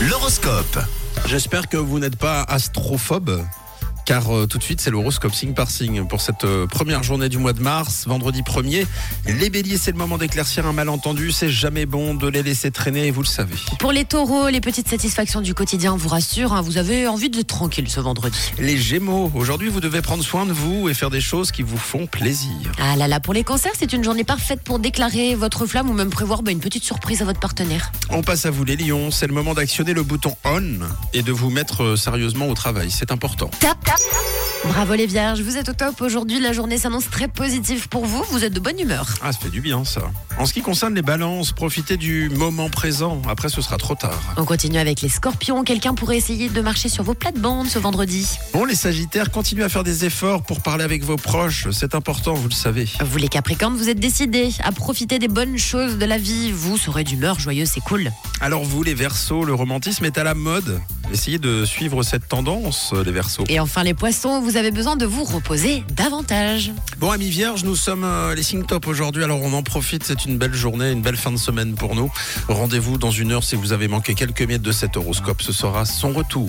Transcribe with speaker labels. Speaker 1: L'horoscope.
Speaker 2: J'espère que vous n'êtes pas astrophobe. Car euh, tout de suite, c'est l'horoscope signe par signe. Pour cette euh, première journée du mois de mars, vendredi 1er, les béliers, c'est le moment d'éclaircir un malentendu. C'est jamais bon de les laisser traîner, et vous le savez.
Speaker 3: Pour les taureaux, les petites satisfactions du quotidien vous rassurent. hein, vous avez envie d'être tranquille ce vendredi.
Speaker 2: Les gémeaux, aujourd'hui, vous devez prendre soin de vous et faire des choses qui vous font plaisir.
Speaker 3: Ah là là, pour les cancers, c'est une journée parfaite pour déclarer votre flamme ou même prévoir bah, une petite surprise à votre partenaire.
Speaker 2: On passe à vous, les lions. C'est le moment d'actionner le bouton on et de vous mettre euh, sérieusement au travail. C'est important.
Speaker 3: Tap, tap. Bravo les vierges, vous êtes au top. Aujourd'hui, la journée s'annonce très positive pour vous. Vous êtes de bonne humeur.
Speaker 2: Ah, ça fait du bien, ça. En ce qui concerne les balances, profitez du moment présent. Après, ce sera trop tard.
Speaker 3: On continue avec les scorpions. Quelqu'un pourrait essayer de marcher sur vos plates-bandes ce vendredi.
Speaker 2: Bon, les Sagittaires, continuez à faire des efforts pour parler avec vos proches. C'est important, vous le savez.
Speaker 3: Vous les capricornes, vous êtes décidés à profiter des bonnes choses de la vie. Vous serez d'humeur joyeuse, c'est cool.
Speaker 2: Alors, vous, les Verseaux, le romantisme est à la mode. Essayez de suivre cette tendance, euh, les Verseaux.
Speaker 3: Et enfin les poissons, vous avez besoin de vous reposer davantage.
Speaker 2: Bon, amis Vierge, nous sommes euh, les signes top aujourd'hui. Alors, on en profite. C'est une belle journée, une belle fin de semaine pour nous. Rendez-vous dans une heure si vous avez manqué quelques miettes de cet horoscope. Ce sera son retour.